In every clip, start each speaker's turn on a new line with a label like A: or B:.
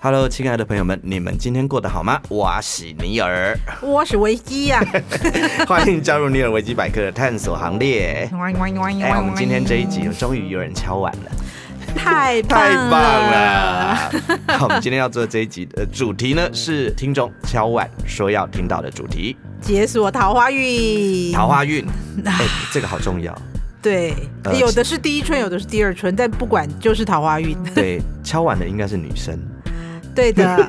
A: Hello，亲爱的朋友们，你们今天过得好吗？我是尼尔，
B: 我是维基啊呀、
A: 欢迎加入尼尔维基百科的探索行列。哎、
B: 哎
A: 我们今天这一集终于有人敲碗了，
B: 太棒
A: 太棒
B: 了！
A: 了！ 好，我们今天要做这一集的主题呢是听众敲碗说要听到的主题
B: 解锁桃花
A: ——
B: 运，
A: 桃花 运。哎、这个好重要。
B: 对、
A: 呃
B: 有的是第一春，有的是第二春，但不管就是桃 花运。
A: 对，敲碗的应该是女 生。
B: 对的，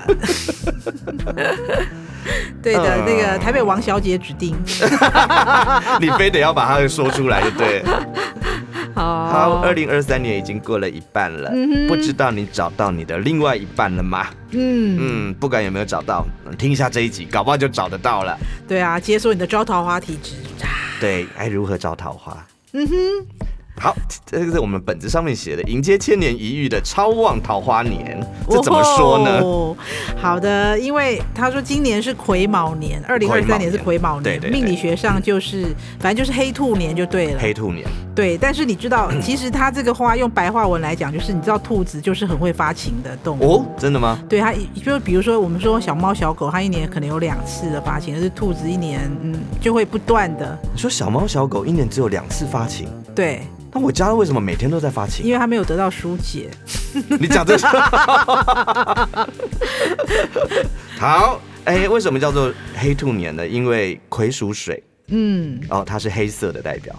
B: 对的，
A: 嗯
B: 那个台北王小姐指定。
A: 你非得要把它说出来，就 对了。
B: 好
A: 好，呃二零二三年已经过了一半了，不知道你找到你的另外一半了吗？
B: 嗯，
A: 嗯，不管有没有找到，嗯听一下这一集，搞不好就找得到了。
B: 对啊，解锁你的招桃花体质。啊
A: 对，哎，如何找桃花？嗯哼。好，这个是我们本子上面写的，迎接千年一遇的超旺桃花年，这怎么说呢？
B: 哦好的，因为他说今年是癸卯年，二零二三年是癸卯
A: 对
B: 年，
A: 对对
B: 命理学上就是反正就是黑兔年就对了。
A: 黑兔年，
B: 对，但是你知道，其实它这个话用白话文来讲，就是你知道兔子就是很会发情的动物。
A: 哦，真的吗？
B: 对它，就比如说我们说小猫小狗，它一年可能有两次的发情，但是兔子一年嗯就会不断的，
A: 你说小猫小狗一年只有两次发情，
B: 对，
A: 那我家为什么每天都在发情？
B: 因为它没有得到疏解。
A: 你讲这是 好，哎、为什么叫做黑兔年呢？因为葵属水，
B: 嗯
A: 哦，它是黑色的代表，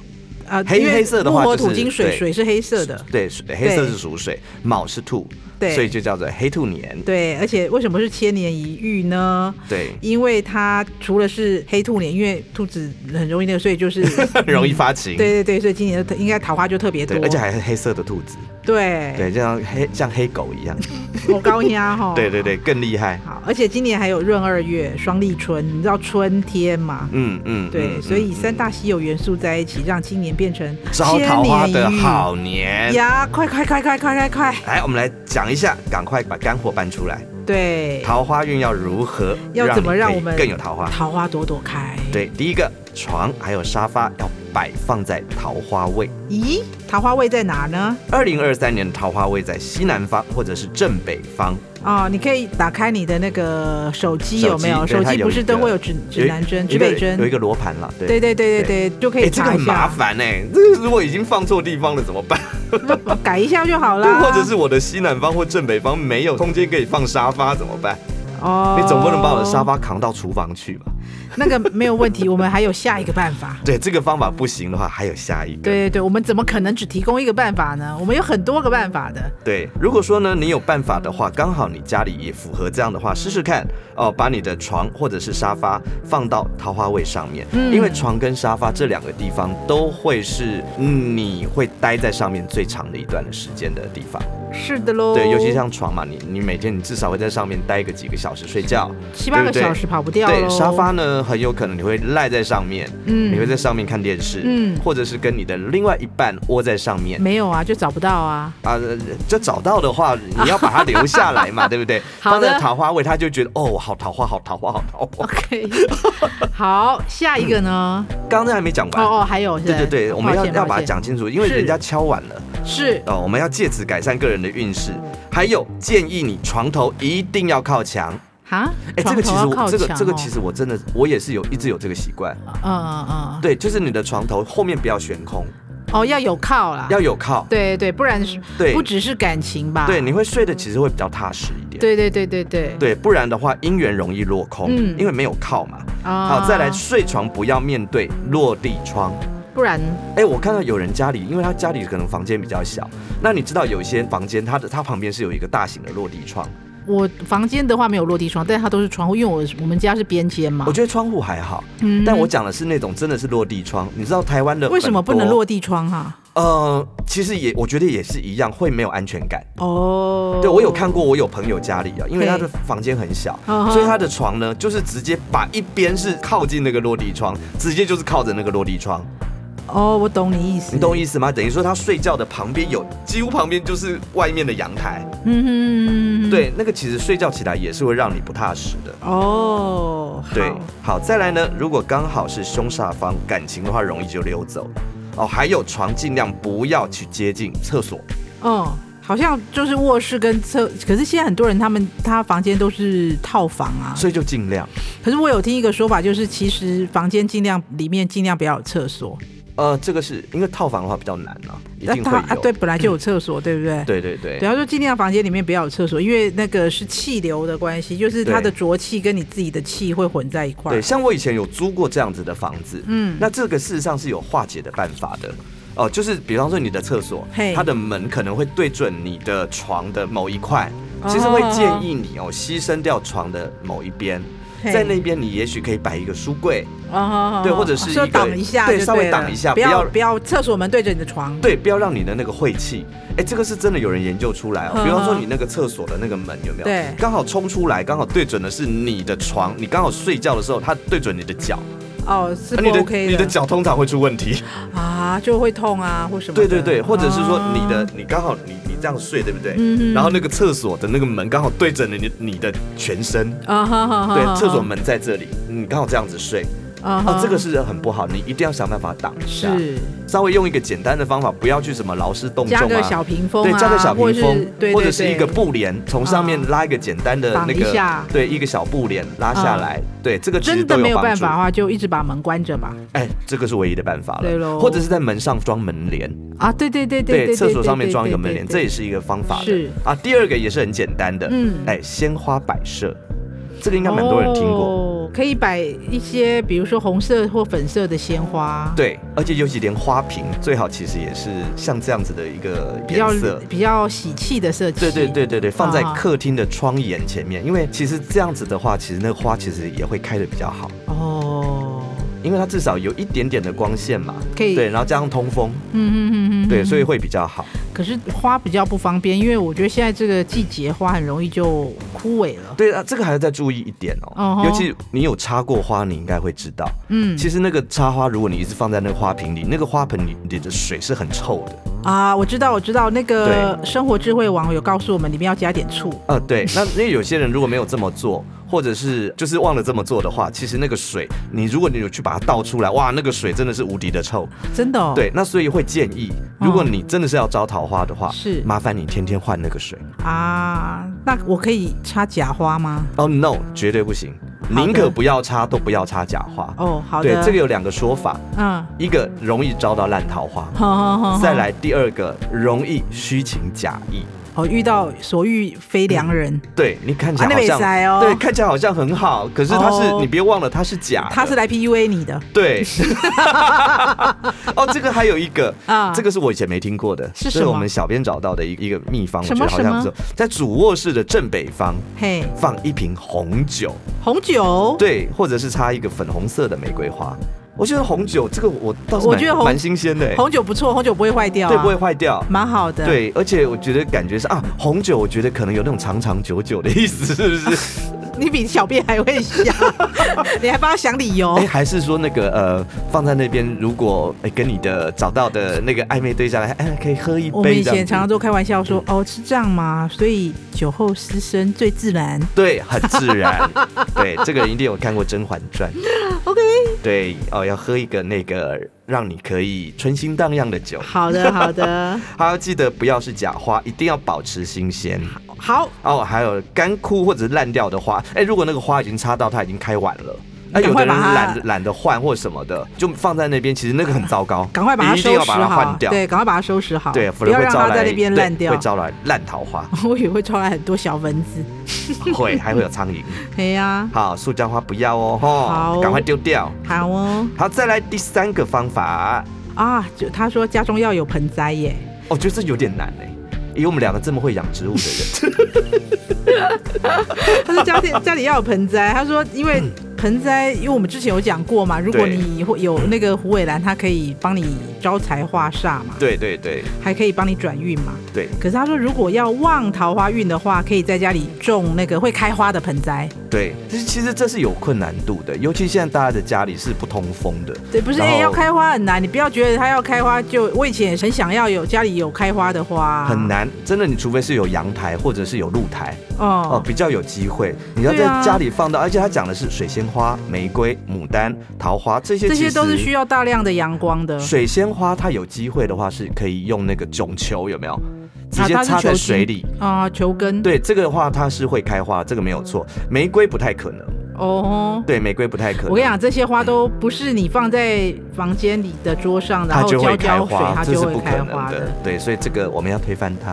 B: 啊，
A: 黑
B: 因为
A: 黑色的
B: 木
A: 话
B: 火
A: 就是
B: 土金水，
A: 对
B: 水是黑色的。
A: 对，水黑色是属水，卯是兔，
B: 对
A: 所以就叫做黑兔年。
B: 对，而且为什么是千年一遇呢？
A: 对，
B: 因为它除了是黑兔年，因为兔子很容易那个，所以就是嗯
A: 很 容易发情。
B: 对对对，所以今年的应该桃花就特别多
A: 对，，而且还是黑色的兔子，
B: 对
A: 对，就哦像黑像黑狗一样。。
B: 我高压哈
A: 对对对，更厉害。
B: 好，而且今年还有闰二月、双立春，你知道春天嘛？
A: 嗯嗯，
B: 对，
A: 嗯
B: 所以
A: 嗯
B: 三大稀有元素在一起，让今年变成
A: 招桃花的
B: 千年一遇
A: 好年。
B: 呀！快快快快快快快！
A: 来，我们来讲一下，赶快把干货搬出来。
B: 对，
A: 桃花运要如何？
B: 要怎么
A: 你
B: 让
A: 可以
B: 我们
A: 更有桃花？
B: 桃花朵朵开。，
A: 对，第一个床还有沙发要摆放在桃花位。
B: 咦，桃花位在哪呢？
A: 二零二三年的桃花位在西南方或者是正北方，
B: 哦，你可以打开你的那个手机，
A: 手机
B: 有没有？
A: 对
B: 手
A: 它
B: 机
A: 有
B: 不是
A: 一个
B: 都会有指指南针、指
A: 有一
B: 北
A: 个
B: 针
A: 有？一个罗盘啦，对
B: 对对对对对，就可
A: 哎、
B: 以
A: 这个
B: 查
A: 很
B: 一
A: 麻
B: 下，
A: 烦哎、这个如果已经放错地方了怎么办？
B: 改一下就好 啦。
A: 或者是我的西南方或正北方没有空间可以放沙发怎么办？哎
B: 哦，
A: 你总不能把我的沙发扛到厨房去吧？
B: 那个没有问题，我们还有下一个办 法。
A: 对，这个方法不行的话，还有下一个。
B: 对对对，我们怎么可能只提供一个办法呢？我们有很多个办法的。
A: 对，如果说呢，你有办法的话，刚好你家里也符合这样的话，试试看哦，把你的床或者是沙发放到桃花位上面，
B: 嗯
A: 因为床跟沙发这两个地方都会是嗯你会待在上面最长的一段的时间的地方。
B: 是的喽。
A: 对，尤其像床嘛，你你每天你至少会在上面待个几个小时睡觉，
B: 七八
A: 对
B: 个
A: 不对
B: 小时跑不掉
A: 对，
B: 喽
A: 沙发呢很有可能你会赖在上面，
B: 嗯
A: 你会在上面看电视，
B: 嗯
A: 或者是跟你的另外一半窝在上面。
B: 没有啊，就找不到 啊。
A: 啊，这找到的话，你要把它留下来 嘛，对不对？
B: 好
A: 放
B: 的
A: 在桃花位，他就觉得哦，好桃花，好桃花，好桃花。
B: OK，好，下一个呢？
A: 刚才还没讲完，
B: 哦哦，还有是不
A: 对
B: 是
A: 嗯对对，我们
B: 抱
A: 要
B: 歉
A: 要把它
B: 抱歉
A: 讲清楚，因为
B: 是
A: 人家敲碗了
B: 是
A: 哦。我们要借此改善个人的运势，还有建议你床头一定要靠墙。
B: 哈，
A: 哎，这
B: 床
A: 个其
B: 头
A: 实
B: 要
A: 我
B: 靠
A: 这个
B: 墙
A: 这个
B: 哦
A: 其实我真的我也是有一直有这个习惯，
B: 嗯嗯嗯，
A: 对，就是你的床头后面不要悬空，
B: 哦要有靠啦，
A: 要有靠，
B: 对对，不然是
A: 对
B: 不只是感情吧？
A: 对，你会睡得其实会比较踏实一点。
B: 啊对对对对对
A: 对，不然的话姻缘容易落空，
B: 嗯
A: 因为没有靠嘛。
B: 啊
A: 好，再来，睡床不要面对落地窗。
B: 不然
A: 哎、我看到有人家里，因为他家里可能房间比较小，那你知道有一些房间，它的它旁边是有一个大型的落地窗。
B: 我房间的话没有落地窗，但它都是窗户，因为我我们家是边间嘛
A: 我。觉得窗户还好，
B: 啊嗯
A: 但我讲的是那种真的是落地窗。你知道台湾的
B: 为什么不
A: 很
B: 能
A: 多
B: 落？地窗哈、
A: 呃，其实也我觉得也是一样，会没有安全感。
B: 哦，
A: 对我有看过，我有朋友家里啊，因为
B: 嘿
A: 他的房间很小，
B: 嗯哼
A: 所以他的床呢，就是直接把一边是靠近那个落地窗，直接就是靠着那个落地窗，
B: 哦，我懂你意思，
A: 你懂我意思吗？等于说他睡觉的旁边有，几乎旁边就是外面的阳台，
B: 嗯哼，
A: 对，那个其实睡觉起来也是会让你不踏实的。
B: 哦，好
A: 对，好，再来呢，如果刚好是凶煞方，感情的话容易就溜走。哦，还有床尽量不要去接近厕所，
B: 嗯，好像就是卧室跟厕，可是现在很多人他们他房间都是套房啊。
A: 所以就尽量。
B: 可是我有听一个说法，就是其实房间尽量里面尽量不要有厕所，
A: 呃，这个是因为套房的话比较难啊，一定会
B: 他
A: 有。
B: 啊对本来 就有厕所，对不对？
A: 对对对
B: 对，他说尽量房间里面不要有厕所，因为那个是气流的关系，就是它的
A: 对
B: 浊气跟你自己的气会混在一块儿。
A: 对，像我以前有租过这样子的房子，
B: 嗯，
A: 那这个事实上是有化解的办法的。哦，就是比方说你的厕所
B: 嘿，
A: 它的门可能会对准你的床的某一块，
B: 哦
A: 其实会建议你哦牺牲掉床的某一边，
B: 嘿
A: 在那边你也许可以摆一个书柜，
B: 哦
A: 对或者是一
B: 稍
A: 个
B: 微挡一下就
A: 对
B: 对了，
A: 稍微挡一下
B: 不
A: 不
B: 要
A: 要
B: 不要厕所门对着你的床。
A: 对，不要让你的那个晦气。哎，这个是真的有人研究出来哦。
B: 呵呵
A: 比方说你那个厕所的那个门有没有？
B: 嗯对
A: 刚好冲出来，刚好对准的是你的床，你刚好睡觉的时候，它对准你的脚，
B: 哦，是
A: 那
B: 不
A: 你的
B: OK
A: 你的脚通常会出问 题。
B: 啊，就会痛啊，或什么
A: 对
B: 的。
A: 对对，或者是说你的
B: 哦，
A: 你刚好你你这样睡对不对？
B: 嗯哼
A: 然后那个厕所的那个门刚好对着你的你的全身，
B: 啊哈哈哈，
A: 对，厕所门在这里，你刚好这样子睡，
B: 啊哈
A: 哦，这个是很不好，你一定要想办法挡一下，
B: 是
A: 稍微用一个简单的方法，不要去什么劳师动众
B: 加个
A: 啊。
B: 小屏风
A: 对，
B: 啊，
A: 加个小
B: 或
A: 屏
B: 是
A: 风，
B: 对对
A: 或者是一个
B: 对
A: 布帘，从上面
B: 啊
A: 拉一个简单的
B: 挡
A: 那
B: 一下
A: 个，对，一个小布帘拉下
B: 啊
A: 来，对，这个其实
B: 真
A: 都
B: 的没有
A: 帮
B: 办
A: 助
B: 法的。话，就一直把门关着吧。
A: 哎，这个是唯一的办法
B: 对
A: 了，
B: 咯
A: 或者是在门上装门帘，
B: 啊，对对对对
A: 对，厕所上面装一个门
B: 对
A: 帘，
B: 对
A: 这也是一个方法的。
B: 是
A: 啊，第二个也是很简单的，
B: 嗯
A: 哎，鲜花摆设，这个应该蛮多人听过。
B: 哦，可以摆一些，比如说红色或粉色的鲜花，，
A: 对，而且尤其连花瓶最好其实也是像这样子的一个
B: 比较
A: 颜色。
B: 比较喜气的设计。
A: 对对对对对，放在
B: 啊
A: 客厅的窗沿前面，因为其实这样子的话，其实那个花其实也会开的比较好，
B: 哦，
A: 因为它至少有一点点的光线嘛，
B: 可以
A: 对，然后加上通风，
B: 嗯嗯嗯嗯，
A: 对，所以会比较好。
B: 可是花比较不方便，因为我觉得现在这个季节花很容易就枯萎了。
A: 对啊，这个还要再注意一点
B: 嗯
A: 哦，
B: 哼
A: 尤其你有插过花，你应该会知道，
B: 嗯
A: 其实那个插花，如果你一直放在那个花瓶里，那个花盆里里的水是很臭的。
B: 啊，我知道，我知道，那个生活智慧网有告诉我们，里面要加点醋。
A: 呃， 对，那因为有些人如果没有这么做，或者是就是忘了这么做的话，其实那个水，你如果你有去把它倒出来，哇，那个水真的是无敌的臭。
B: 真的哦。，哦
A: 对，那所以会建议，如果你真的是要招桃花的话，
B: 是
A: 麻烦你天天换那个水。
B: 啊，那我可以插假花吗？
A: 哦、no，绝对不行，
B: 好的
A: 宁可不要插，都不要插假花。
B: 哦，好的
A: 对，，这个有两个说法，
B: 嗯，
A: 一个容易招到烂桃花，
B: 好好好，
A: 再来第二个容易虚情假意。
B: 哦，遇到所遇非良人，
A: 对你看起来
B: 啊那
A: 好
B: 袂
A: 像、
B: 使哦
A: 对，看起来好像很好，可是它是、
B: 哦
A: 你别忘了它是假的，
B: 他是来 PUA 你的
A: 对。哦，这个还有一个
B: 啊
A: 这个是我以前没听过的，
B: 是
A: 这
B: 什么
A: 我们小编找到的一一个秘方，我
B: 什
A: 觉
B: 么
A: 得好像不错。在主卧室的正北方
B: 嘿，
A: 放一瓶红酒，
B: 红酒，
A: 对，或者是插一个粉红色的玫瑰花。我觉得红酒这个我倒是
B: 我
A: 蛮
B: 觉得红
A: 蛮新鲜的、欸，
B: 红酒不错，红酒不会坏掉、啊，嗯
A: 对，不会，坏掉。
B: 蛮好的，，
A: 对，而且我觉得感觉是啊，红酒我觉得可能有那种长长久久的意思，是不是？
B: 你比小便还 会香，你还帮他想理由
A: 哎、，还是说那个呃，放在那边，如果、哎跟你的找到的那个暧昧对象来，哎、可以喝一
B: 我们
A: 杯
B: 以
A: 这样嗯
B: 前
A: 子
B: 常常都开玩笑说，哦，是这样吗？所以酒后失身最自然。
A: 对，很自然。 对，这个人一定有看过《甄嬛传》。
B: OK，
A: 对哦，要喝一个那个让你可以春心荡漾的酒，
B: 好的，好的，
A: 还要记得不要是假花，一定要保持新鲜。
B: 好，
A: 哦，还有干枯或者是烂掉的花，哎、如果那个花已经插到它已经开完了。那、
B: 赶
A: 有
B: 快
A: 的人
B: 把它
A: 懒懒得换或什么的，就放在那边，其实那个很糟糕，
B: 赶快把它
A: 你一定
B: 收
A: 要
B: 拾
A: 把它
B: 好
A: 换，掉。
B: 对，赶快把它收拾好，
A: 对，
B: 不
A: 然
B: 要
A: 会
B: 让
A: 招
B: 它
A: 来
B: 在那边
A: 对
B: 烂掉
A: 会。招来烂桃花，
B: 我以为会招来很多小蚊子。
A: 会还会有苍蝇。
B: 哎呀，
A: 好，塑胶花不要哦，
B: 好
A: 吼，赶快丢掉。
B: 好哦，
A: 好，再来第三个方法，哦
B: 啊，就他说家中要有盆栽耶。
A: 我觉得这有点难哎、因为我们两个这么会养植物的人，
B: 他说家里家里要有盆栽，他说因为盆栽，因为我们之前有讲过嘛，如果
A: 对
B: 你会有那个虎尾兰，它可以帮你招财化煞嘛，
A: 对对对
B: 还可以帮你转运嘛。
A: 对
B: 可是他说，如果要旺桃花运的话，可以在家里种那个会开花的盆栽。
A: 对，其实其实这是有困难度的，尤其现在大家的家里是不通风的，
B: 对，不是
A: 然后
B: 哎、要开花很难，你不要觉得它要开花就，我以前也很想要有家里有开花的花，
A: 很难，真的，你除非是有阳台或者是有露台哦，
B: 哦。
A: 比较有机会。你要在
B: 对啊
A: 家里放到，而且他讲的是水仙花、玫瑰、牡丹、桃花这些，
B: 这些都是需。要大量的阳光的，
A: 水仙花它有机会的话，是可以用那个囧球，有没有？直接
B: 它是
A: 插在
B: 球
A: 水
B: 茎
A: 里。
B: 啊，球根
A: 对这个的话，它是会开花，这个没有错。玫瑰不太可能，
B: 哦。
A: 对，玫瑰不太可能。
B: 我跟你讲，这些花都不是你放在房间里的桌上，然
A: 它
B: 后
A: 就
B: 浇
A: 会开
B: 浇水，
A: 花，
B: 它
A: 这
B: 就是会
A: 不可
B: 开
A: 能
B: 花
A: 的
B: 的。。
A: 对，所以这个我们要推翻它。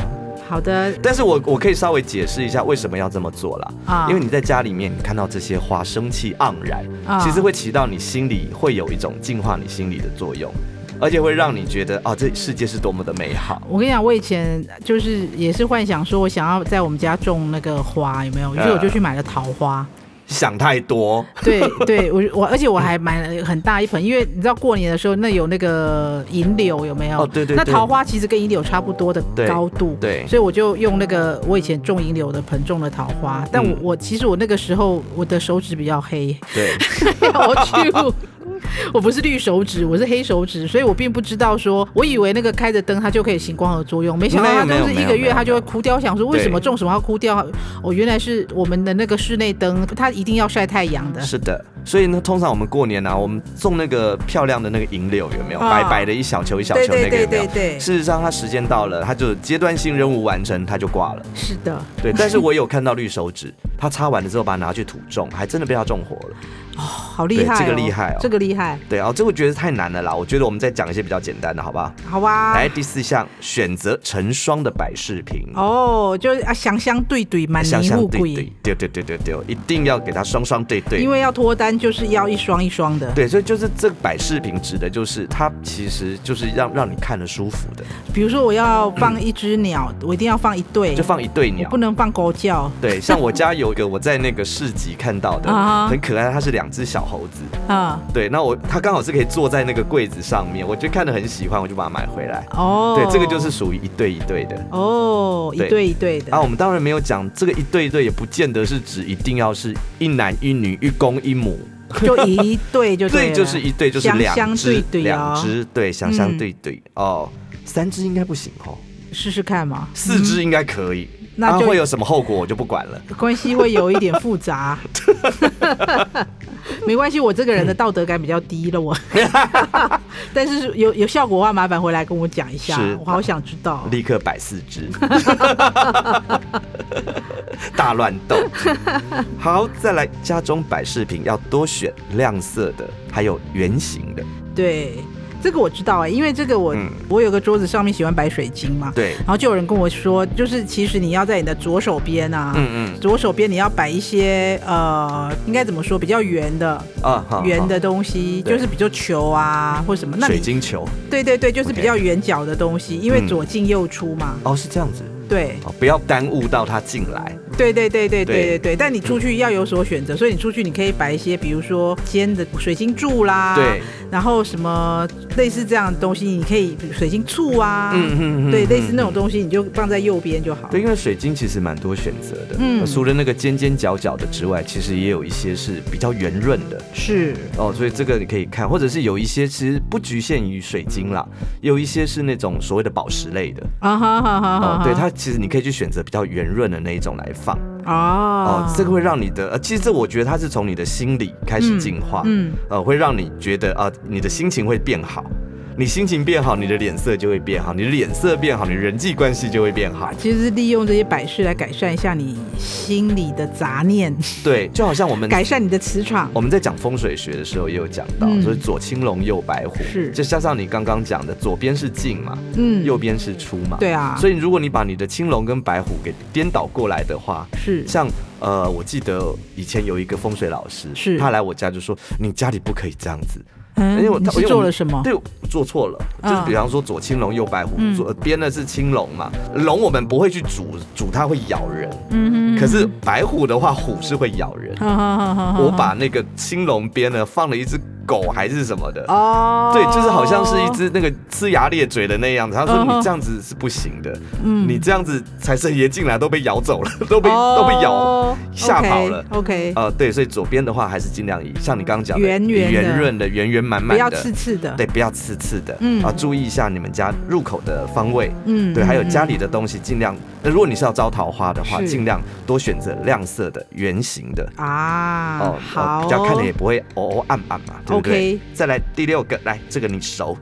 B: 好的
A: 但是我我可以稍微解释一下为什么要这么做啦，
B: 啊，
A: 因为你在家里面你看到这些花生气盎然，
B: 啊
A: 其实会起到你心里会有一种净化你心里的作用，而且会让你觉得啊，这世界是多么的美好。
B: 我跟你讲，我以前就是也是幻想说，我想要在我们家种那个花，有没有？于是
A: 啊
B: 我就去买了桃花。
A: 想太多，
B: 对对，我我而且我还买了很大一盆，因为你知道过年的时候那有那个银柳有没有？
A: 哦对对
B: 那
A: 对
B: 桃花其实跟银柳差不多的
A: 对
B: 高度。
A: 对
B: 所以我就用那个我以前种银柳的盆种了桃花，但我、
A: 嗯
B: 我其实我那个时候我的手指比较黑，
A: 对，
B: 我去，我不是绿手指，我是黑手指，所以我并不知道说，我以为那个开着灯它就可以行光合作用，没想到它
A: 没
B: 就
A: 有
B: 是
A: 没有
B: 一个
A: 没
B: 月
A: 有
B: 它就会枯掉。想说为
A: 对
B: 什么种什么要枯掉？哦，原来是我们的那个室内灯，它一定要晒太阳的。
A: 是的。所以呢，通常我们过年啊，我们种那个漂亮的那个银柳，有没有？
B: 啊
A: 白白的一小球一小球那个有没有？
B: 对
A: 事实上，它时间到了，它就阶段性任务完成，它就挂 了。
B: 是的，
A: 对，但是我有看到绿手指，它擦完了之后把它拿去土种，还真的被它种活了。
B: 好厉害、哦，
A: 对这个厉害哦
B: 这个厉害，
A: 对啊，这我觉得太难了啦，我觉得我们再讲一些比较简单的，好吧？
B: 好啊吧。
A: 来第四项，选择成双的摆饰品。
B: 哦，就是啊，香香对对，满
A: 香
B: 泥
A: 香
B: 护
A: 对
B: 鬼
A: 对，对对对对对，一定要给它双双对对
B: 因。为要脱单就是要一双一双的。
A: 对，所以就是这摆饰品指的就是它，其实就是让让你看着舒服的，
B: 比如说我要放一只鸟，我一定要放一对，
A: 就放一对鸟
B: 我不。能放狗叫。
A: 对，像我家有一个我在那个市集看到的
B: 啊，
A: 很可爱，它是两只小猴子。
B: 啊，
A: 对，那我它刚好是可以坐在那个柜子上面，我就看得很喜欢，我就把它买回来。
B: 哦，
A: 对，这个就是属于一对一对的。
B: 哦，一
A: 对
B: 对一对的，
A: 啊，我们当然没有讲这个一对一对，也不见得是指一定要是一男一女、一公一母，
B: 就一对就对
A: 对，
B: 了
A: 就是一对，就是两
B: 相相
A: 只
B: 对，对
A: 两
B: 哦，
A: 只对，相相
B: 嗯
A: 对对哦，三只应该不行哦，
B: 试试看嘛，
A: 四只应该可以。
B: 嗯那
A: 啊
B: 就
A: 会有什么后果我就不管了。
B: 关系会有一点 复杂。没关系，我这个人的道德感比较低 了，我。但是有有效果的话，麻烦回来跟我讲一下
A: 是，
B: 我好想知道。
A: 立刻摆四只， 大乱斗。好，再来家中摆饰品要多选亮色的，还有圆形的。
B: 对，这个我知道哎、因为这个我、
A: 嗯
B: 我有个桌子上面喜欢摆水晶嘛，
A: 对，
B: 然后就有人跟我说，就是其实你要在你的左手边啊，
A: 嗯
B: 左手边你要摆一些呃，应该怎么说，比较圆的
A: 嗯啊，好
B: 圆，
A: 好
B: 的东西，
A: 对
B: 就是比较球啊或什么。那
A: 水
B: 你
A: 晶球
B: 对对对，就是比
A: OK
B: 较圆角的东西，因为
A: 嗯
B: 左进右出嘛。
A: 哦，是这样子。
B: 对
A: 哦，不要耽误到他进来。
B: 对对对对对
A: 对
B: 对对，但你出去要有所选择，所以你出去你可以摆一些，比如说尖的水晶柱啦，，
A: 对，
B: 然后什么类似这样的东西，你可以比如水晶醋啊，
A: 嗯
B: 对，类似那。种
A: 嗯
B: 东西你就放在右边就好。
A: 对，因为水晶其实蛮多选择的，
B: 嗯
A: 嗯，除了那个尖尖角角的之外，其实也有一些是比较圆润的
B: 是，
A: 哦，所以这个你可以看，或者是有一些其实不局限于水晶啦，有一些是那种所谓的宝石类的
B: 啊哈哈哈哈
A: 哦
B: 哈，，
A: 对，它其实你可以去选择比较圆润的那一种来放
B: 哦
A: 哦，这个会让你的，呃，其实这我觉得它是从你的心理开始进化，
B: 嗯，
A: 呃，会让你觉得啊、你的心情会变好，你心情变好，你的脸色就会变好，你的脸色变好，你的人际关系就会变好。
B: 其实是利用这些摆饰来改善一下你心里的杂 念，
A: 对，就好像我们
B: 改善你的磁场。
A: 我们在讲风水学的时候也有讲到，
B: 嗯
A: 所以左青龙右白虎，
B: 是
A: 就加上你刚刚讲的，左边是进嘛，
B: 嗯，
A: 右边是出嘛，、
B: 对啊，
A: 所以如果你把你的青龙跟白虎给颠倒过来的话。
B: 是
A: 像呃，我记得以前有一个风水老师，
B: 是
A: 他来我家就说：“你家里不可以这样子，
B: 嗯，
A: 因为我
B: 你
A: 他
B: 是
A: 因为我
B: 做
A: 们
B: 了什么？
A: 对，我做错了，就
B: 嗯
A: 是比方说左青龙右白虎，
B: 嗯
A: 左编的是青龙嘛，龙我们不会去煮，煮它会咬人，
B: 嗯
A: 可是白虎的话，虎是会咬人。
B: 哈哈哈哈哈
A: 我把那个青龙编呢放了一只狗还是什么的。
B: 哦，
A: 对，就是好像是一只那个呲牙咧嘴的那样子。他说
B: 嗯哼
A: 你这样子是不行的，
B: 嗯
A: 你这样子财神爷进来都被咬走了， 都被、都被咬。吓跑了
B: 哦 OK，
A: 呃，对，所以左边的话还是尽量以像你刚刚讲的
B: 圆圆的
A: 圆润的、圆圆满
B: 不
A: 满
B: 要
A: 的，
B: 刺刺的。
A: 对，不要刺刺的，
B: 嗯
A: 啊，注意一下你们家入口的方位，
B: 嗯
A: 对，还有家
B: 嗯
A: 里的东西尽量那如果你是要招桃花的话，
B: 是
A: 尽量多选择亮色的、圆形的。哦
B: 啊，好、
A: 比较看了也不会哦哦暗暗嘛，对不对
B: OK
A: 再来第六个，来这个你熟，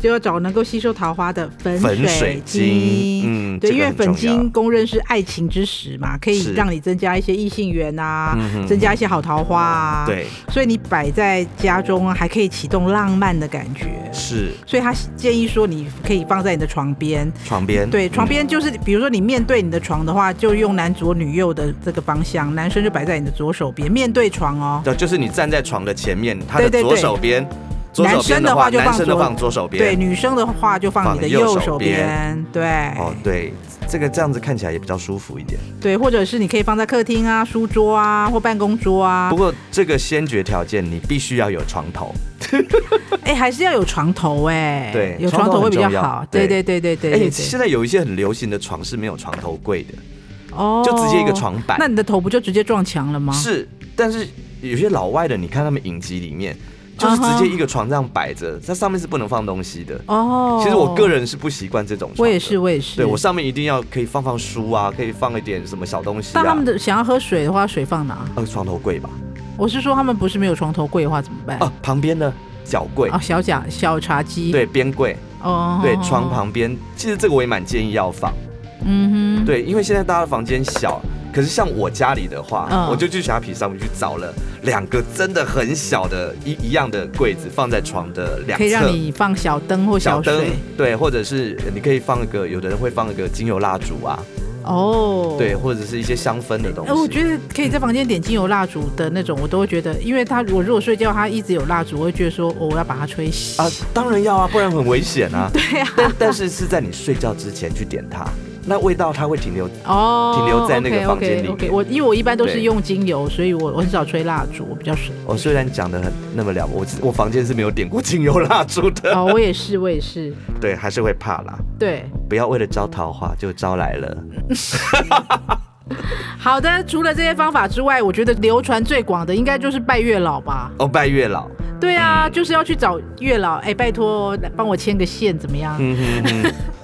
B: 就要找能够吸收桃花的粉
A: 粉
B: 水
A: 水
B: 晶
A: 晶。嗯
B: 对，
A: 这
B: 因
A: 个
B: 为
A: 很
B: 粉
A: 重要
B: 晶公认是爱情之石嘛，可以
A: 是
B: 让你增加一些异性缘啊
A: 嗯，哼
B: 增加一些好桃花啊。，
A: 对，
B: 所以你摆在家中啊还可以启动浪漫的感觉。
A: 是
B: 所以他建议说，你可以放在你的床边。
A: 床边，
B: 对，床
A: 嗯
B: 边就是，比如说你面对你的床的话，就用男左女右的这个方向，男生就摆在你的左手边，面对床哦。
A: 对，就是你站在床的前面，他的
B: 对对
A: 左
B: 对
A: 手边，左手
B: 男生
A: 边
B: 的
A: 的
B: 话
A: 话，
B: 就
A: 男
B: 放
A: 生的
B: 左
A: 放左手
B: 对，
A: 边。
B: 女生的话就放你的
A: 放右
B: 右
A: 手
B: 手边。对，
A: 哦，对，这个这样子看起来也比较舒服一点。
B: 对，或者是你可以放在客厅啊、书桌啊或办公桌啊
A: 不。过这个先决条件，你必须要有床头。
B: 哎、还是要有床头哎、
A: 对
B: 有
A: 床
B: 床
A: 头
B: 头会比较
A: 很重要
B: 好。对对
A: 对
B: 对对对
A: 哎，
B: 对
A: 现在有一些很流行的床是没有床头柜的，
B: 哦
A: 就直接一个床板
B: 那你的头不就直接撞墙了吗？
A: 是，但是有些老外的，你看他们影集里面，
B: 啊
A: 就是直接一个床这样摆着，它上面是不能放东西的。
B: 哦。
A: 其实我个，人是不习惯这种床的，
B: 我也是，我也是。
A: 对我上面一定要可以放放书啊，可以放一点什么小东西
B: 但他
A: 啊
B: 们，的想要喝水的话，水放哪？
A: 呃，床头柜吧。
B: 我是说，他们不是没有床头柜的话怎么办？
A: 啊，旁边的脚柜，
B: 哦，小甲小茶几。
A: 对边柜，
B: 哦，
A: 对床，旁边，其实这个我也蛮建议要放，
B: 嗯哼，
A: 对，因为现在大家的房间小，可是像我家里的话，
B: 嗯
A: 我就去虾皮上面去找了两个真的很小的一一样的柜子，放在床的两
B: 可以让
A: 侧。
B: 你放小灯或
A: 小灯
B: 水。
A: 对，或者是呃你可以放一个，有的人会放一个精油蜡烛啊，
B: 哦，
A: 对，。或者是一些香氛的东
B: 哎、我
A: 西。
B: 觉得可以在房间点精油蜡烛的那种，我都会觉得，因为他我如果睡觉，他一直有蜡烛，我会觉得说、哦我要把它吹熄。
A: 啊，当然要啊，不然很危险啊。 对啊，但但是是在你睡觉之前去点它，那味道它会停留
B: 哦，
A: 停留在那个房间里
B: o k o k
A: 面
B: 我因为我一般都是
A: 对
B: 用精油，所以我我很少吹蜡烛，我比较省。
A: 哦我虽然讲的很那么了不，我我房间是没有点过精油蜡烛的，
B: 哦，我也是，我也是，
A: 对，还是会怕啦。
B: 对。
A: 不要为了招桃花就招来了，
B: 好的，除了这些方法之外，我觉得流传最广的应该就是拜月老吧。
A: 哦，拜月老，
B: 对
A: 嗯
B: 啊，就是要去找月老，哎，拜托来帮我牵个线怎么样？
A: 嗯哼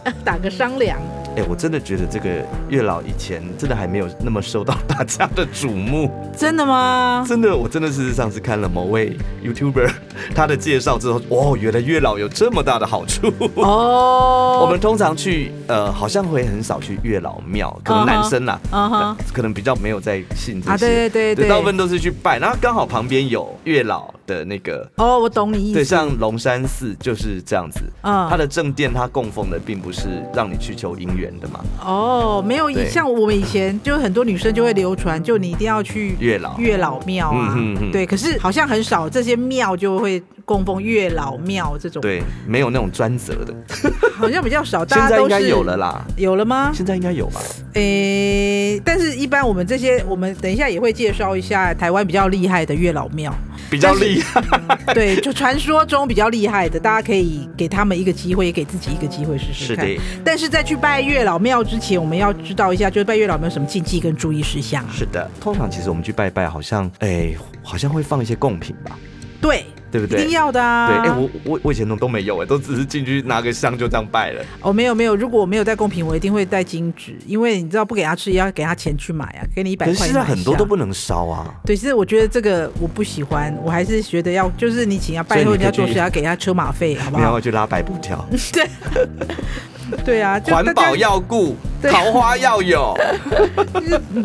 A: 哼，
B: 打个商量。
A: 哎、我真的觉得这个月老以前真的还没有那么受到大家的瞩 目，
B: 真的吗？
A: 真的，我真的是上次看了某位 YouTuber 他的介绍之后，哦，原来月老有这么大的好处。
B: 哦，
A: 我们通常去，呃，好像会很少去月老庙，可能男生啦，啊
B: 嗯哼，
A: 可能比较没有在信这些，
B: 啊对对对对
A: 大部分都是去拜，然后刚好旁边有月老的那个，
B: 哦，我懂你意
A: 对，
B: 思。
A: 像龙山寺就是这样子，
B: 嗯
A: 它的正殿它供奉的并不是让你去求姻缘的嘛，
B: 哦，没有
A: 对
B: 像我们以前，就很多女生就会流传，就你一定要去
A: 月老
B: 月老庙啊，
A: 嗯哼哼
B: 对。可是好像很少这些庙就会供奉月老庙这种，
A: 对，没有那种专责的，
B: 好像比较少。
A: 现
B: 大家
A: 在应
B: 都是
A: 该有了，啦，
B: 有了吗？
A: 现在应该有吧？
B: 诶、但是一般我们这些，我们等一下也会介绍一下台湾比较厉害的月老 庙，
A: 比较厉害，
B: 对，就传说中比较厉害的，大家可以给他们一个机会，也给自己一个机会试试
A: 是
B: 看。
A: 的，
B: 但是在去拜月老庙之前，我们要知道一下，就是拜月老庙有什么禁忌跟注意事项啊？
A: 是的。通常其实我们去拜拜，好像哎，好像会放一些贡品吧，
B: 对，
A: 对不
B: 一
A: 对？
B: 定要的啊！
A: 对，哎、我我我以前都都没有哎、都只是进去拿个香就这样拜了。
B: 哦没有没有，如果我没有带贡品，我一定会带金纸，因为你知道不给他吃，也要给他钱去买啊，给你一百
A: 可
B: 块
A: 是
B: 买一下。
A: 现在很多都不能烧啊。
B: 对，其实我觉得这个我不喜欢，我还是觉得要，就是你请要拜托
A: 所以
B: 人
A: 你
B: 家
A: 可以
B: 做
A: 去
B: 事，要给他车马费，好不
A: 你要
B: 好？
A: 啊去拉白布 条，
B: 对啊，就
A: 环
B: 大家
A: 保要顾，
B: 对
A: 桃花要有。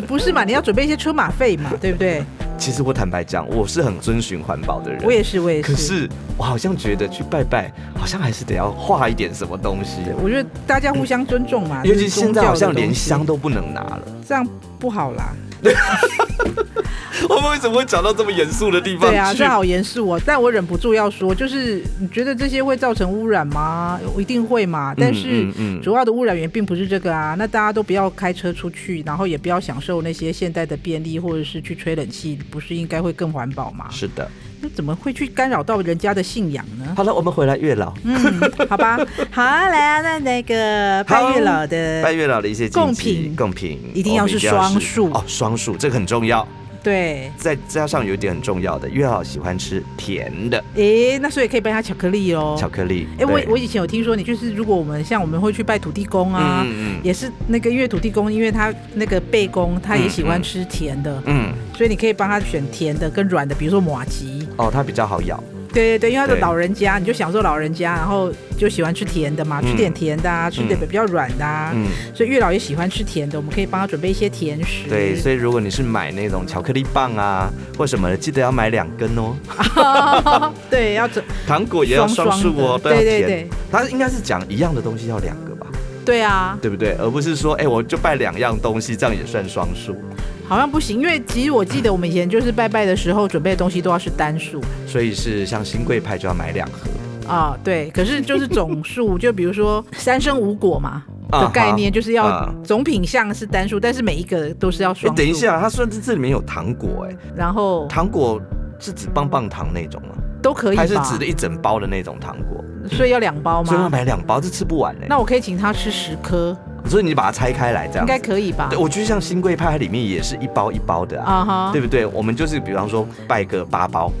B: 不是嘛？你要准备一些车马费嘛，对不对？
A: 其实我坦白讲，我是很遵循环保的人，
B: 我也是，我也
A: 可
B: 是。
A: 是我好像觉得去拜拜，好像还是得要画一点什么东西。
B: 我觉得大家互相尊重嘛，
A: 尤
B: 这
A: 其
B: 啊是
A: 现
B: 宗
A: 在
B: 教
A: 好
B: 的
A: 像连
B: 东西
A: 香都不能拿了，
B: 这样不好啦。
A: 我们为什么会讲到这么严肃的地方
B: 对啊，
A: 去
B: 这？好严肃哦。但我忍不住要说，就是你觉得这些会造成污染吗？一定会嘛。但是
A: 嗯嗯嗯
B: 主要的污染源并不是这个啊。那大家都不要开车出去，然后也不要享受那些现代的便利，或者是去吹冷气，不是应该会更环保吗？
A: 是的，
B: 那怎么会去干扰到人家的信仰呢？
A: 好了，我们回来月老，
B: 嗯，好吧，好啊，来啊，那那个拜月老的
A: 拜月老的一些禁忌
B: 呃贡品
A: 贡品
B: 一定要是
A: 我们一定要
B: 双数
A: 哦，双数这个很重要。
B: 对，
A: 再加上有一点很重要的，月老喜欢吃甜的
B: 诶，那所以可以拜他巧克力哦。
A: 巧克力。
B: 哎、我
A: 对
B: 我以前有听说，你就是如果我们像我们会去拜土地公啊，
A: 嗯嗯
B: 也是那个因为土地公，因为他那个背公他也喜欢吃甜的，
A: 嗯，
B: 所以你可以帮他选甜的跟软的，比如说马吉。
A: 哦，它比较好咬。
B: 对对对，因为他的
A: 对
B: 老人家，你就享受老人家，然后就喜欢吃甜的嘛，
A: 嗯
B: 吃点甜的啊，吃点比较软的啊，
A: 嗯，
B: 所以月老也喜欢吃甜的，我们可以帮他准备一些甜食。
A: 对，所以如果你是买那种巧克力棒啊或什么的，记得要买两根哦。
B: 对，要准
A: 糖果也要双数哦，
B: 双双的
A: 都要
B: 对
A: 甜。
B: 对对
A: 它应该是讲一样的东西要两个吧，
B: 对啊，
A: 对不对？而不是说，哎、我就拜两样东西，这样也算双数。
B: 好像不行，因为其实我记得我们以前就是拜拜的时候准备的东西都要是单数
A: 所以是像新贵派就要买两盒
B: 啊，对，可是就是总数， 就比如说三生五果嘛的概念，就是要
A: 啊
B: 总品相是单数，但是每一个都是要
A: 哎、
B: 双数。
A: 等一，下，它甚至这里面有糖果、哎，
B: 然后
A: 糖果是指棒棒糖那种吗？
B: 都可以吧
A: 还是指的一整包的那种糖果？
B: 所以要两包
A: 所以要
B: 吗？
A: 买两包，这吃不完哎、
B: 那我可以请他吃十颗，
A: 所以你把它拆开来这样
B: 应
A: 子
B: 该。可以吧
A: 对，？我觉得像新贵派它里面也是一包一包的啊。
B: 啊哈
A: 对，不对？我们就是比方说拜个八包，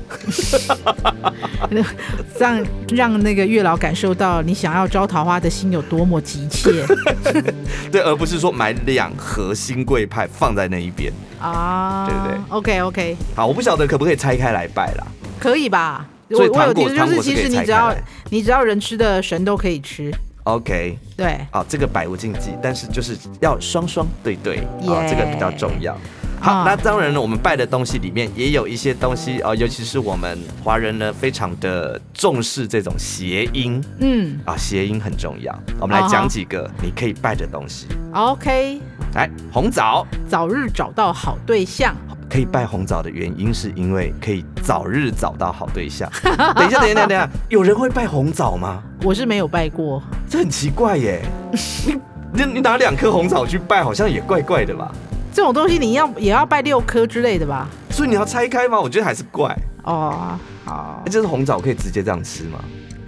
B: 让让那个月老感受到你想要招桃花的心有多么急切
A: 对，而不是说买两盒新贵派放在那一边。
B: 啊！
A: 对对
B: ，OK OK，
A: 好，我不晓得可不可以拆开来拜啦。
B: 可以吧？我
A: 所以
B: 我
A: 糖
B: 有
A: 果
B: 听，就
A: 糖
B: 是
A: 果是
B: 其
A: 可
B: 实
A: 以
B: 你
A: 拆
B: 只
A: 开
B: 要
A: 来。
B: 你只要人吃的神都可以吃，
A: OK，
B: 对，
A: 好，这个百无禁忌，但是就是要双双对对，好，
B: 耶
A: 这个比较重要。好
B: 啊，
A: 那当然了，我们拜的东西里面也有一些东西哦，尤其是我们华人呢，非常的重视这种谐音
B: 嗯
A: 啊，谐音很重要。我们
B: 啊
A: 来
B: 哈
A: 讲几个你可以拜的东西，
B: ，OK，
A: 来红枣。
B: 早日找到好对象，
A: 可以拜红枣的原因，是因为可以早日找到好对 象。等一下，等一下，等一下，有人会拜红枣吗？
B: 我是没有拜过，
A: 这很奇怪耶。你你你拿两颗红枣去拜，好像也怪怪的吧？
B: 这种东西你要也要拜六颗之类的吧？
A: 所以你要拆开吗？我觉得还是怪。
B: 哦，好
A: 哎，，这是红枣可以直接这样吃吗？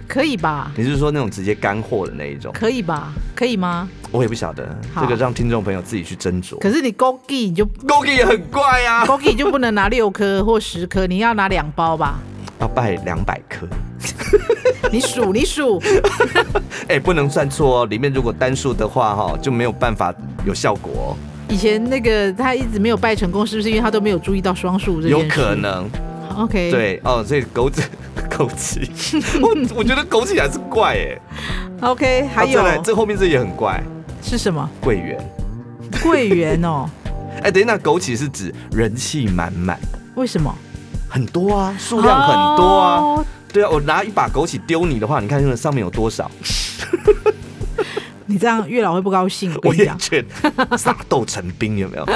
B: 可以吧？
A: 你是说那种直接干货的那一种？
B: 可以吧？可以吗？
A: 我也不晓得，
B: 好
A: 这个让听众朋友自己去斟酌。
B: 可是你勾记你就
A: 枸杞也很怪呀、啊，
B: 勾记你就不能拿六颗或十颗，你要拿两包吧？
A: 要拜两百颗，
B: 你数你数，
A: 哎、不能算错哦。里面如果单数的话，哈，就没有办法有效果、哦
B: 以前那个他一直没有拜成功，是不是因为他都没有注意到双数
A: 哦，
B: 这
A: 有
B: 件事？
A: 可能。
B: OK，，
A: 对哦，所以枸 杞，枸杞，我我觉得枸杞还是怪哎。
B: OK，还有、
A: 啊再来这后面这也很怪，
B: 是什么？
A: 桂圆。
B: 桂 圆哦？
A: 哎，等一下，枸杞是指人气满满，
B: 为什么？
A: 很多啊，数量很多啊。
B: 哦
A: 对啊，我拿一把枸杞丢你的话，你看那个上面有多 少？
B: 你这样月老会不高兴。我
A: 我
B: 跟你
A: 也
B: 讲，
A: 觉得 撒豆成兵有没 有？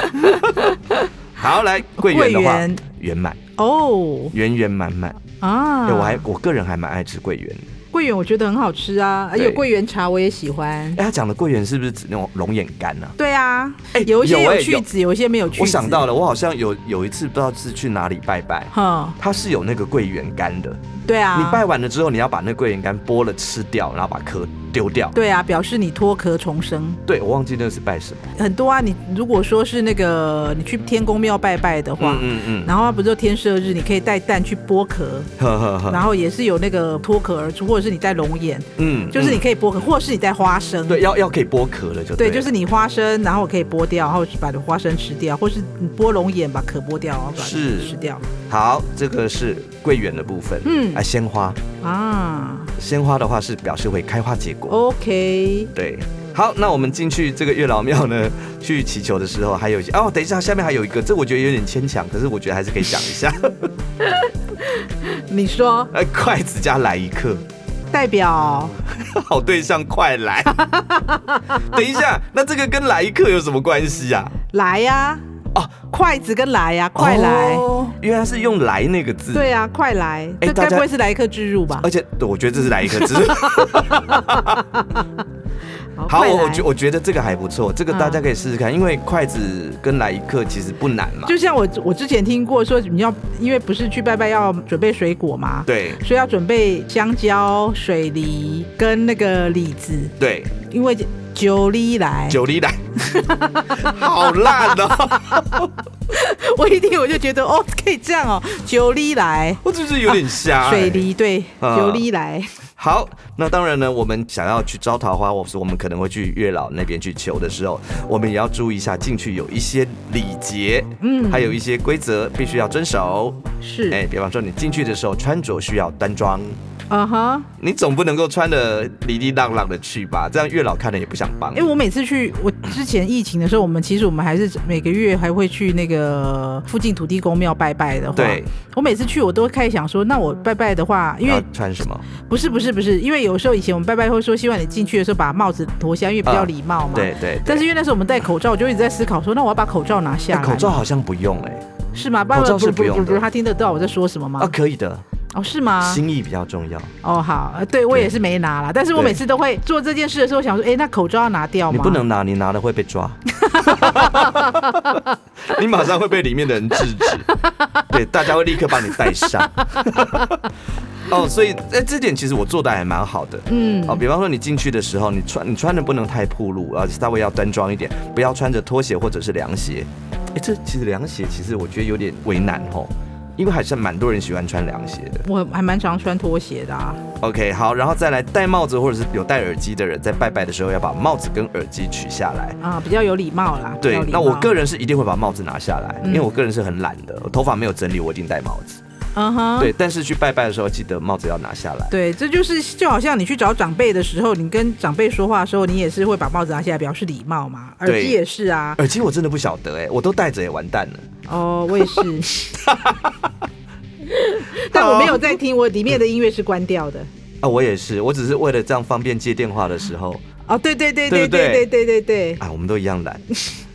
A: 好，来桂圆的话
B: 桂圆，
A: 圆满，
B: 哦
A: 圆圆满满。
B: 啊，
A: 哎，我还我个人还蛮爱吃桂圆的。
B: 桂圆，我觉得很好吃啊，而且
A: 对
B: 桂圆茶我也喜欢。
A: 哎，他讲的桂圆是不是指那种龙眼干啊？
B: 对啊，
A: 哎
B: 有一些
A: 有哎
B: 有去籽，有一些没有去籽。
A: 我想到了，我好像有有一次不知道是去哪里拜拜，
B: 哼，
A: 它是有那个桂圆干的。
B: 对啊，
A: 你拜完了之后，你要把那桂圆干剥了吃掉，然后把壳丢掉。
B: 对啊，表示你脱壳重生
A: 对，我忘记那是拜什么。
B: 很多啊。你如果说是那个你去天公庙拜拜的话，
A: 嗯嗯嗯，
B: 然后不是说天赦日，你可以带蛋去剥壳，
A: 呵呵呵，
B: 然后也是有那个脱壳而出，或者是你带龙眼，
A: 嗯
B: 就是你
A: 嗯
B: 可以剥壳，或者是你带花生。
A: 对要要可以剥壳了就
B: 对，
A: 了
B: 就是你花生，然后我可以剥掉，然后把花生吃掉，或是你剥龙眼把壳剥掉，然后把它
A: 是
B: 吃掉
A: 好，这个是桂圆的部分。
B: 嗯
A: 啊，鲜花，
B: 啊。
A: 鲜花的话是表示会开花结
B: 哦
A: 果。
B: OK，
A: 对，好，那我们进去这个月老庙呢，去祈求的时候，还有一些哦，等一下，下面还有一个，这我觉得有点牵强，可是我觉得还是可以讲一下。
B: 你说
A: 呃，筷子加来一克，
B: 代表
A: 好对象快来。 等一下，那这个跟来一克有什么关系啊？
B: 来呀、
A: 哦
B: 筷子跟来呀、快来，
A: 哦原来是用来那个字。
B: 对呀、啊快来，
A: 哎
B: 这
A: 大
B: 该
A: 家哎
B: 不会是来一颗置入吧
A: 而？且对我觉得这是来一克 字。好，
B: 快
A: 我我
B: 来
A: 觉我觉得这个还不错，这个大家
B: 嗯
A: 可以试试看，因为筷子跟来一克其实不难嘛。
B: 就像我我之前听过说，你要因为不是去拜拜要准备水果嘛，
A: 对
B: 所以要准备香蕉、水梨跟那个李子，
A: 对，
B: 因为九里来，
A: 九里来， 好烂哦！
B: 我一听我就觉得哦，可以这样哦，九里来，
A: 我就是有点瞎、欸
B: 水梨对，
A: 啊
B: 九里来，
A: 好，那当然呢，我们想要去招桃花，或是我们可能会去月老那边去求的时候，我们也要注意一下进去有一些礼节，嗯，还有一些规则必须要遵守。哎、
B: 是，
A: 比方说你进去的时候穿着需要端庄，
B: 啊哈。
A: 你总不能够穿的哩哩浪浪的去吧？这样月老看了也不想帮。
B: 因为我每次去，我之前疫情的时候，我们其实我们还是每个月还会去那个附近土地公庙拜拜的话。
A: 对，
B: 我每次去我都会开始想说，那我拜拜的话，因
A: 要
B: 为
A: 穿什么？
B: 不是不是不是，因为有时候以前我们拜拜会说，希望你进去的时候把帽子脱下，因为比较
A: 啊
B: 礼貌嘛。
A: 对对对
B: 但是因为那时候我们戴口罩，我就一直在思考说，那我要把口罩拿下
A: 哎
B: 来。
A: 口罩好像不用哎、
B: 是吗？
A: 口罩是不用的
B: 不，他听得到我在说什么吗
A: 啊，？可以的，
B: 哦，是吗？
A: 心意比较重要。
B: 哦，好，呃对我
A: 对
B: 也是没拿啦。但是我
A: 对
B: 每次都会做这件事的时候，想说，哎，那口罩要拿掉吗？
A: 你不能拿，你拿了会被 抓，你马上会被里面的人制止，对，大家会立刻把你带 上。哦，所以哎、这点其实我做的还蛮好的。
B: 嗯
A: 哦，比方说你进去的时候，你穿你穿的不能太暴露，而且稍微要端庄一点，不要穿着拖鞋或者是凉鞋。哎、这其实凉鞋其实我觉得有点为难哦，因为还是蛮多人喜欢穿凉鞋的。
B: 我还蛮常穿拖鞋的啊。
A: OK，好，然后再来戴帽子或者是有戴耳机的人，在拜拜的时候要把帽子跟耳机取下来。
B: 啊，比较有礼貌啦。比
A: 对
B: 较，礼
A: 那我
B: 貌
A: 个，人是一定会把帽子拿下来，
B: 嗯
A: 因为我个人是很懒的，我头发没有整理，我一定戴帽子。
B: 嗯哼，
A: 对，但是去拜拜的时候，记得帽子要拿下来。
B: 对，这就是就好像你去找长辈的时候，你跟长辈说话的时候，你也是会把帽子拿下来表示礼貌嘛，耳
A: 对
B: 机也是啊。
A: 耳机我真的不晓得哎、我都戴着也完蛋了。
B: 哦，我 也是。但我没有在听，我里面的音乐是关掉的。
A: 啊，我也是，我只是为了这样方便接电话的时候，
B: 哦，对对对
A: 对
B: 对
A: 不对
B: 对对对对
A: 啊，我们都一样懒。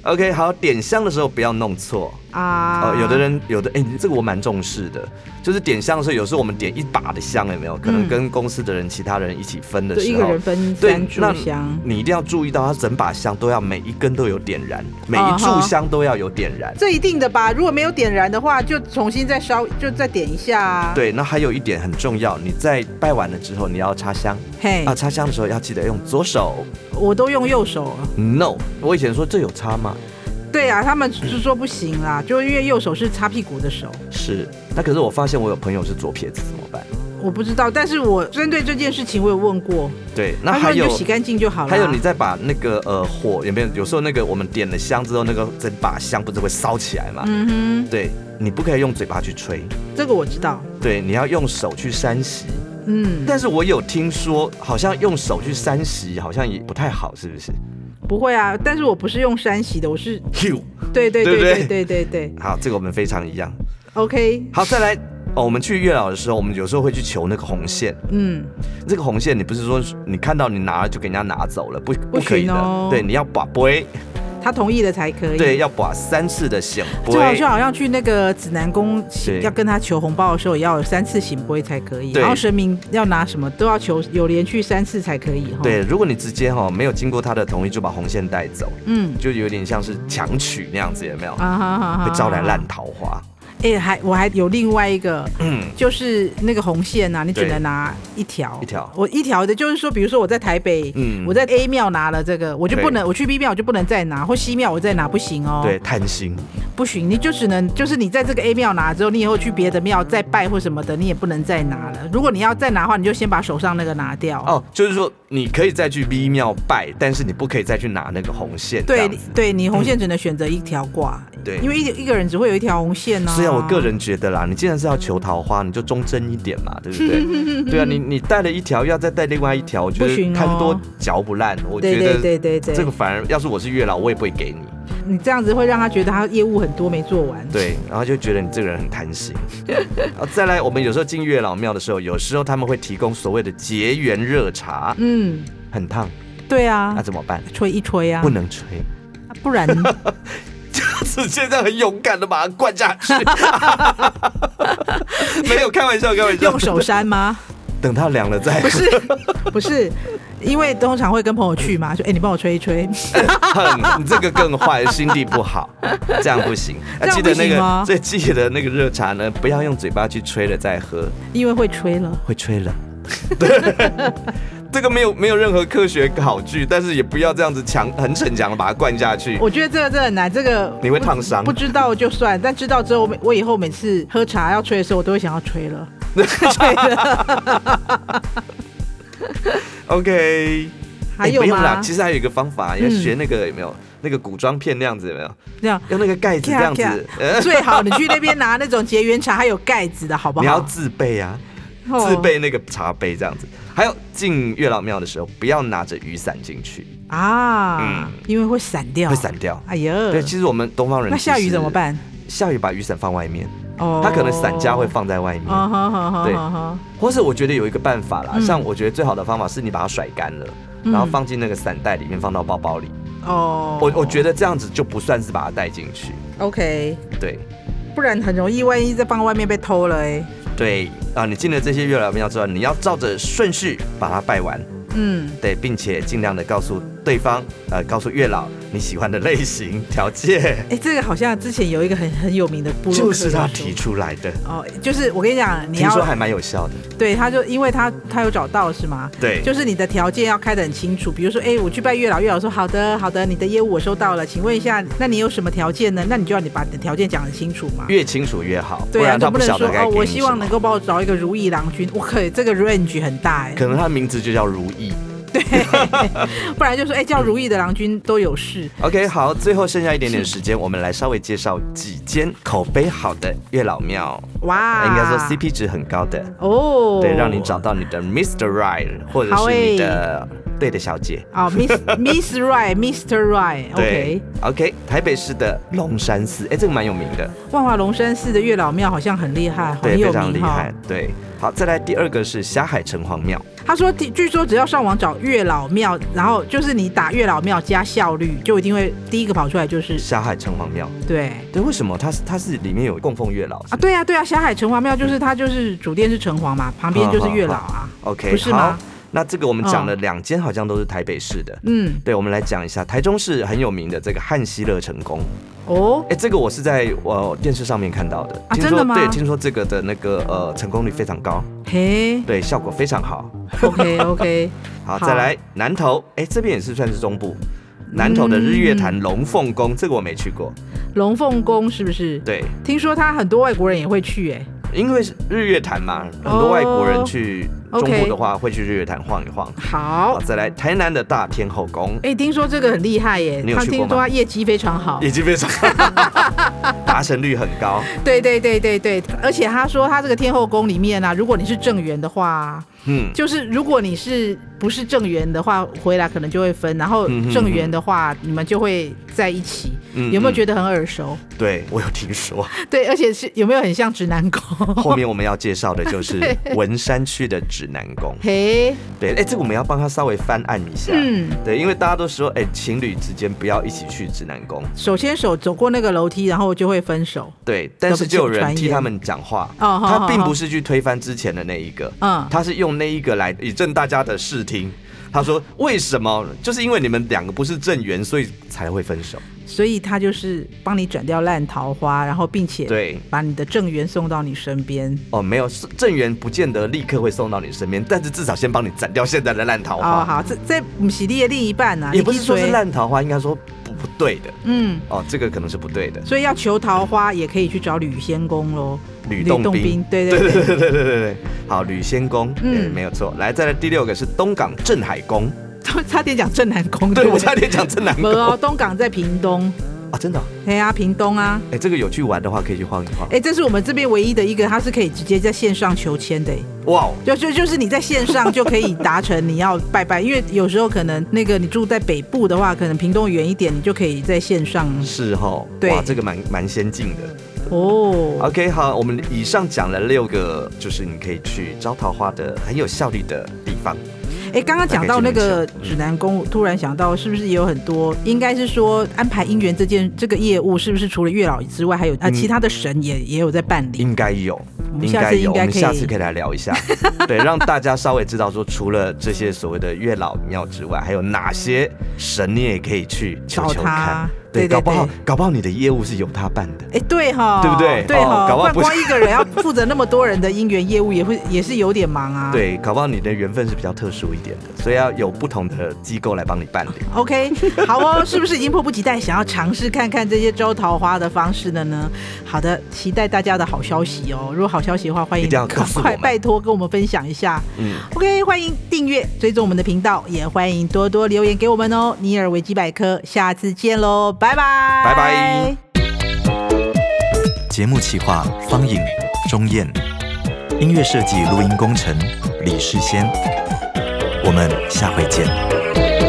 A: OK，好，点香的时候不要弄错
B: 啊！
A: 哦。有的人有的哎、这个我蛮重视的，就是点香的时候，有时候我们点一把的香有没有？可能
B: 嗯
A: 跟公司的人、其他人一起分的
B: 就一
A: 时
B: 个
A: 候
B: 人，分
A: 啊对
B: 三，炷
A: 那
B: 香，
A: 你一定要注意到，它整把香都要每一根都有点燃，每一炷
B: 啊哈
A: 香都要有点燃。
B: 这一定的吧？如果没有点燃的话，就重新再烧，就再点一下啊。，
A: 对，那还有一点很重要，你在拜完了之后，你要插香
B: 嘿
A: 啊，，插香的时候要记得用左手。
B: 我都用右手啊了。
A: No，我以前说这有插吗？
B: 对啊，他们是说不行啦，就因为右手是擦屁股的手，
A: 是，那可是我发现我有朋友是左撇子，怎么办？
B: 我不知道。但是我针对这件事情，我有问过，
A: 对，那
B: 他
A: 还
B: 说你
A: 有
B: 就洗干净就好了。
A: 还有，你再把那个呃火有没有？有时候那个我们点了香之后，那个整把香不是会烧起来吗？
B: 嗯
A: 对，你不可以用嘴巴去吹，
B: 哼，这个我知道。
A: 对，你要用手去扇洗。
B: 嗯，
A: 但是我有听说，好像用手去扇洗，好像也不太好，是不是？
B: 不会啊，但是我不是用山洗的，我是对对
A: 对不
B: 对
A: 对
B: 对对对对
A: 好，这个我们非常一样。
B: ，OK，
A: 好，再来哦，我们去月老的时候，我们有时候会去求那个红线。
B: 嗯，
A: 这个红线，你不是说你看到你拿了就给人家拿走了，不不
B: 不
A: 可以哎
B: 行
A: 的。
B: 哦
A: 对，你要把杯，
B: 他同意了才可以。
A: 对，。要把三次的显
B: 就好就
A: 杯。
B: 好像去那个指南宫
A: 对
B: 要跟他求红包的时候，也要有三次醒杯才可以，
A: 对
B: 然后神明要拿什么都要求有连续三次才可以哈。，
A: 对，如果你直接哈、没有经过他的同意就把红线带走，
B: 嗯，
A: 就有点像是强取那样子，有没有？
B: 啊哈哈哈，
A: 会招来烂桃花。
B: 哎、还我还有另外一个，
A: 嗯
B: 就是那个红线啊，你只
A: 对
B: 能拿一条。
A: 一条
B: 我一条的，就是说，比如说我在台北，
A: 嗯
B: 我在 A 庙拿了这个，我就
A: 对
B: 不能，我去 B 庙我就不能再拿，或 C 庙我再拿不行哦。
A: 对，，贪心。
B: 不行，你就只能，就是你在这个 A 庙拿之后，你以后去别的庙再拜或什么的，你也不能再拿了。如果你要再拿的话，你就先把手上那个拿掉。
A: 哦，就是说你可以再去 V 庙拜，但是你不可以再去拿那个红线这
B: 对
A: 样子。
B: 对，你红线只能选择一条挂，
A: 对
B: 因为一一个人只会有一条红线啊呢、
A: 虽然我个人觉得啦，你既然是要求桃花，你就忠贞一点嘛，对不对？ 对啊，你你带了一条，要再带另外一条，我觉
B: 不
A: 得
B: 行哦
A: 贪多嚼不烂。我
B: 对
A: 觉
B: 对
A: 得
B: 对对对，
A: 这个反而要是我是月老，我也不会给你。
B: 你这样子会让他觉得他业务很多没做完。
A: 对，然后就觉得你这个人很贪 心。啊，再来，我们有时候进月老庙的时候，有时候他们会提供所谓的结缘热茶，
B: 嗯，
A: 很烫，
B: 对
A: 那
B: 啊，
A: 怎么办？
B: 吹一吹啊，
A: 不能吹，
B: 啊不然
A: 是现在很勇敢的把它灌下 去。没有开玩笑，开玩笑。
B: 用手扇吗？
A: 等它凉了再
B: 不是，不是，因为通常会跟朋友去嘛，就哎、你帮我吹一吹，
A: 哼，你这个更坏，心地不好，这样不行。啊
B: 这样
A: 记得
B: 不行
A: 那个，
B: 吗
A: 所以记得那个热茶呢，不要用嘴巴去吹了再喝，
B: 因为会吹了。
A: 会吹了。对，这个没有没有任何科学考据，但是也不要这样子强很逞强的把它灌下去。
B: 我觉得这个真的很难，这个
A: 你会烫伤
B: 不知道就算，但知道之后，我每我以后每次喝茶要吹的时候，我都会想要吹了，
A: 哎
B: 吹了。
A: OK，
B: 还
A: 哎
B: 有
A: 不用啦
B: 吗？，
A: 其实还有一个方法，要
B: 嗯
A: 学那个有没有那个古装片那样子有没有？
B: 这样
A: 用那个盖子这样子
B: 咔，
A: 呃
B: 最好你去那边拿那种结缘茶，还有盖子的好不好？
A: 你要自备啊，
B: 哦
A: 自备那个茶杯这样子。还有进月老庙的时候，不要拿着雨伞进去，
B: 啊，因为会散掉，
A: 嗯会散。掉。
B: 哎呀，
A: 对，其实我们东方人
B: 那下
A: 其
B: 雨
A: 实
B: 怎么？办？
A: 下雨把雨伞放外面，
B: 哦，
A: 它可能伞架会。放在外面，
B: 啊哈哈哈
A: 对
B: 哈哈！
A: 或是我觉得有一个办法啦，
B: 嗯
A: 像我觉得最好的方法是你把它甩干了，
B: 嗯
A: 然后放进那个伞袋里面，放到包包里。
B: 哦，
A: 我我觉得这样子就不算是把它带进去，
B: 得 OK，
A: 对。到
B: 不然很容易，万一再放外面被偷了哎。
A: 对啊，你进了这些月老庙之后，你要照着顺序把它拜完，
B: 嗯，
A: 对，并且尽量的告诉对方，呃，告诉月老你喜欢的类型条 件，
B: 哎，这个好像之前有一个很很有名的部落，
A: 就是他提。出来的，
B: 哦，就是我跟你讲，你
A: 听说
B: 要
A: 还蛮有效的。
B: 对，他就因为他他有找到是吗？
A: 对，
B: 就是你的条件要开得很清楚，比如说，哎、我去拜月老，月老说好的，好的，你的业务我收到了，请问一下，那你有什么条件呢？那你就要你把你的条件讲得清楚嘛。
A: 越清楚越好，不
B: 对啊，
A: 然他
B: 总
A: 不
B: 能
A: 晓
B: 说
A: 得该
B: 哦
A: 给，你
B: 我希
A: 什
B: 望
A: 么
B: 能够帮我找一个如意郎君，我可这个 range 很大哎、
A: 可能他的名字就叫如意。
B: 不然就说哎、
A: 嗯
B: 叫如意的郎君都有事。
A: OK，好，最后剩下一点点时间，我们来稍微介绍几间口碑好的月老庙，
B: 哇，
A: 应该说 CP 值很高的，
B: 啊哦，
A: 对，让你找到你的 Mr. Right 或者
B: 好
A: 是
B: 诶
A: 你的对的小姐。
B: 哦，Miss Miss Right，Mr. Right，OK，、
A: ，OK，台北市的龙山寺，哎、这个蛮有名的，
B: 万华龙山寺的月老庙好像很厉害，
A: 对，
B: 很
A: 非
B: 有
A: 常厉
B: 名哈
A: 害。。对，好，再来第二个是霞海城隍庙，
B: 他说，据据说只要上网找月老庙，然后就是你打月老庙加效率，就一定会第一个跑出来就是
A: 霞海城隍庙，
B: 对
A: 对，为什么它是它是里面有供奉月老
B: 啊，对啊对啊，霞海城隍庙就是它就是主殿是城隍嘛，旁边就是月老啊，
A: ？OK，
B: 不是
A: 好
B: 吗，
A: 那这个我们讲了
B: 嗯
A: 两间，好像都是台北市的。
B: 嗯
A: 对，我们来讲一下台中市很有名的这个汉西乐成宫。
B: 哦
A: 哎，这个我是在我电视上面看到的，
B: 啊
A: 听
B: 真
A: 说
B: 的吗
A: 对，听说这个的那个呃成功率非常高，
B: 嘿
A: 对，效果非常好。
B: ，OK OK，
A: 好，
B: 好
A: 再来南投，哎，这边也是算是中部。南投的日月潭龙凤宫，这个我没去过。
B: 龙凤宫是不是？
A: 对，
B: 听说他很多外国人也会去、哎，
A: 因为是日月潭嘛，很多外国人去中
B: 哦
A: 部
B: OK
A: 的话，会去日月潭晃一晃。好，
B: 好，
A: 再来台南的大天后宫，
B: 哎、听说这个很厉害耶、
A: 你有
B: 他
A: 去
B: 听
A: 过
B: 说
A: 吗
B: 他业绩非常好，
A: 已经非常达成率很 高。
B: 对对对对对，而且他说他这个天后宫里面啊，如果你是正缘的话。
A: 嗯，
B: 就是如果你是不是正缘的话，回来可能就会分；然后
A: 嗯哼
B: 正缘的话，你们就会在一起。
A: 嗯
B: 有没有
A: 嗯
B: 觉得很耳熟？
A: 对我有听 说。
B: 对，而且是有没有很像直男狗？
A: 后面我们要介绍的就是
B: 对
A: 文山区的指南宫。
B: 嘿，
A: 对，哎、这个我们要帮他稍微翻案一下。
B: 嗯
A: 对，因为大家都说，哎、情侣之间不要一起去指南宫。
B: 手牵手走过那个楼梯，然后就会分手。
A: 对，但是
B: 都不是
A: 就有人
B: 传
A: 替
B: 言
A: 他们讲话，
B: 哦好
A: 他
B: 好
A: 并
B: 好
A: 不是去推翻之前的那一个，
B: 嗯
A: 他是用那一个来以正大家的视听。他说：“为什么？就是因为你们两个不是正缘，所以才会分手。
B: 所以他就是帮你转掉烂桃花，然后并且
A: 对
B: 把你的正缘送到你身边。
A: 哦，没有是正缘，不见得立刻会送到你身边，但是至少先帮你斩掉现在的烂桃花。
B: 哦，好，这这不是你的另一半啊，
A: 也不是说
B: 你去
A: 是
B: 追，
A: 烂桃花，应该说不不对的。
B: 嗯。
A: 哦，这个可能是不对的。
B: 所以要求桃花，也可以去找吕仙公喽。
A: 吕洞宾
B: 对对
A: 对
B: 对
A: 对对对对对，好，吕仙公，
B: 嗯
A: 嗯，没有错。来，再来第六个是东港镇海宫，
B: 差点讲正南宫，
A: 对
B: 不
A: 我差点讲镇南
B: 没
A: 宫
B: 有，啊东港在屏东，
A: 啊，真的哦，
B: 哎呀、屏东啊，
A: 哎，这个有去玩的话可以去晃一晃
B: 哎、。这是我们这边唯一的一个，它是可以直接在线上求签的、哎
A: 哇哦，
B: 就就就是你在线上就可以达成你要拜拜，因为有时候可能那个你住在北部的话，可能屏东远一点，你就可以在线上
A: 是哦，
B: 对
A: 哇，这个蛮蛮先进的。
B: 哦。
A: OK，好，我们以上讲了六个，就是你可以去招桃花的很有效率的地方。
B: 哎，刚刚讲到那个指南宫，我突然想到，是不是也有很多？应该是说安排姻缘这件这个业务，是不是除了月老之外，还有呃
A: 嗯
B: 其他的神也也有在办理？
A: 应该有，
B: 我们
A: 应
B: 下
A: 该
B: 次
A: 有，
B: 应
A: 我
B: 该
A: 们
B: 可以
A: 下次可以来聊一下，对，让大家稍微知道说，除了这些所谓的月老庙之外，还有哪些神你也可以去求
B: 找
A: 求看
B: 他。对对
A: 对，搞不好
B: 对
A: 搞不好你的业务是由他办的。
B: 哎，对哈，
A: 对不对
B: 对
A: 哦
B: 哈，
A: 搞不好
B: 换
A: 不
B: 光一个人要负责那么多人的姻缘业务，也会也是有点忙啊。
A: 对，搞不好你的缘分是比较特殊一点的，所以要有不同的机构来帮你办理。
B: OK，好 哦，是不是已经迫不及待想要尝试看看这些招桃花的方式了呢？好的，期待大家的好消息哦。如果好消息的话，欢迎
A: 一定要
B: 赶
A: 告诉我
B: 快
A: 们
B: 拜托跟我们分享一下。
A: 嗯，
B: OK，欢迎订阅追踪我们的频道，也欢迎多多留言给我们哦。尼尔维基百科，下次见喽，拜拜，
A: 拜拜。节目企划：方颖、钟燕，音乐设计、录音工程：李世先。我们下回见。
C: 「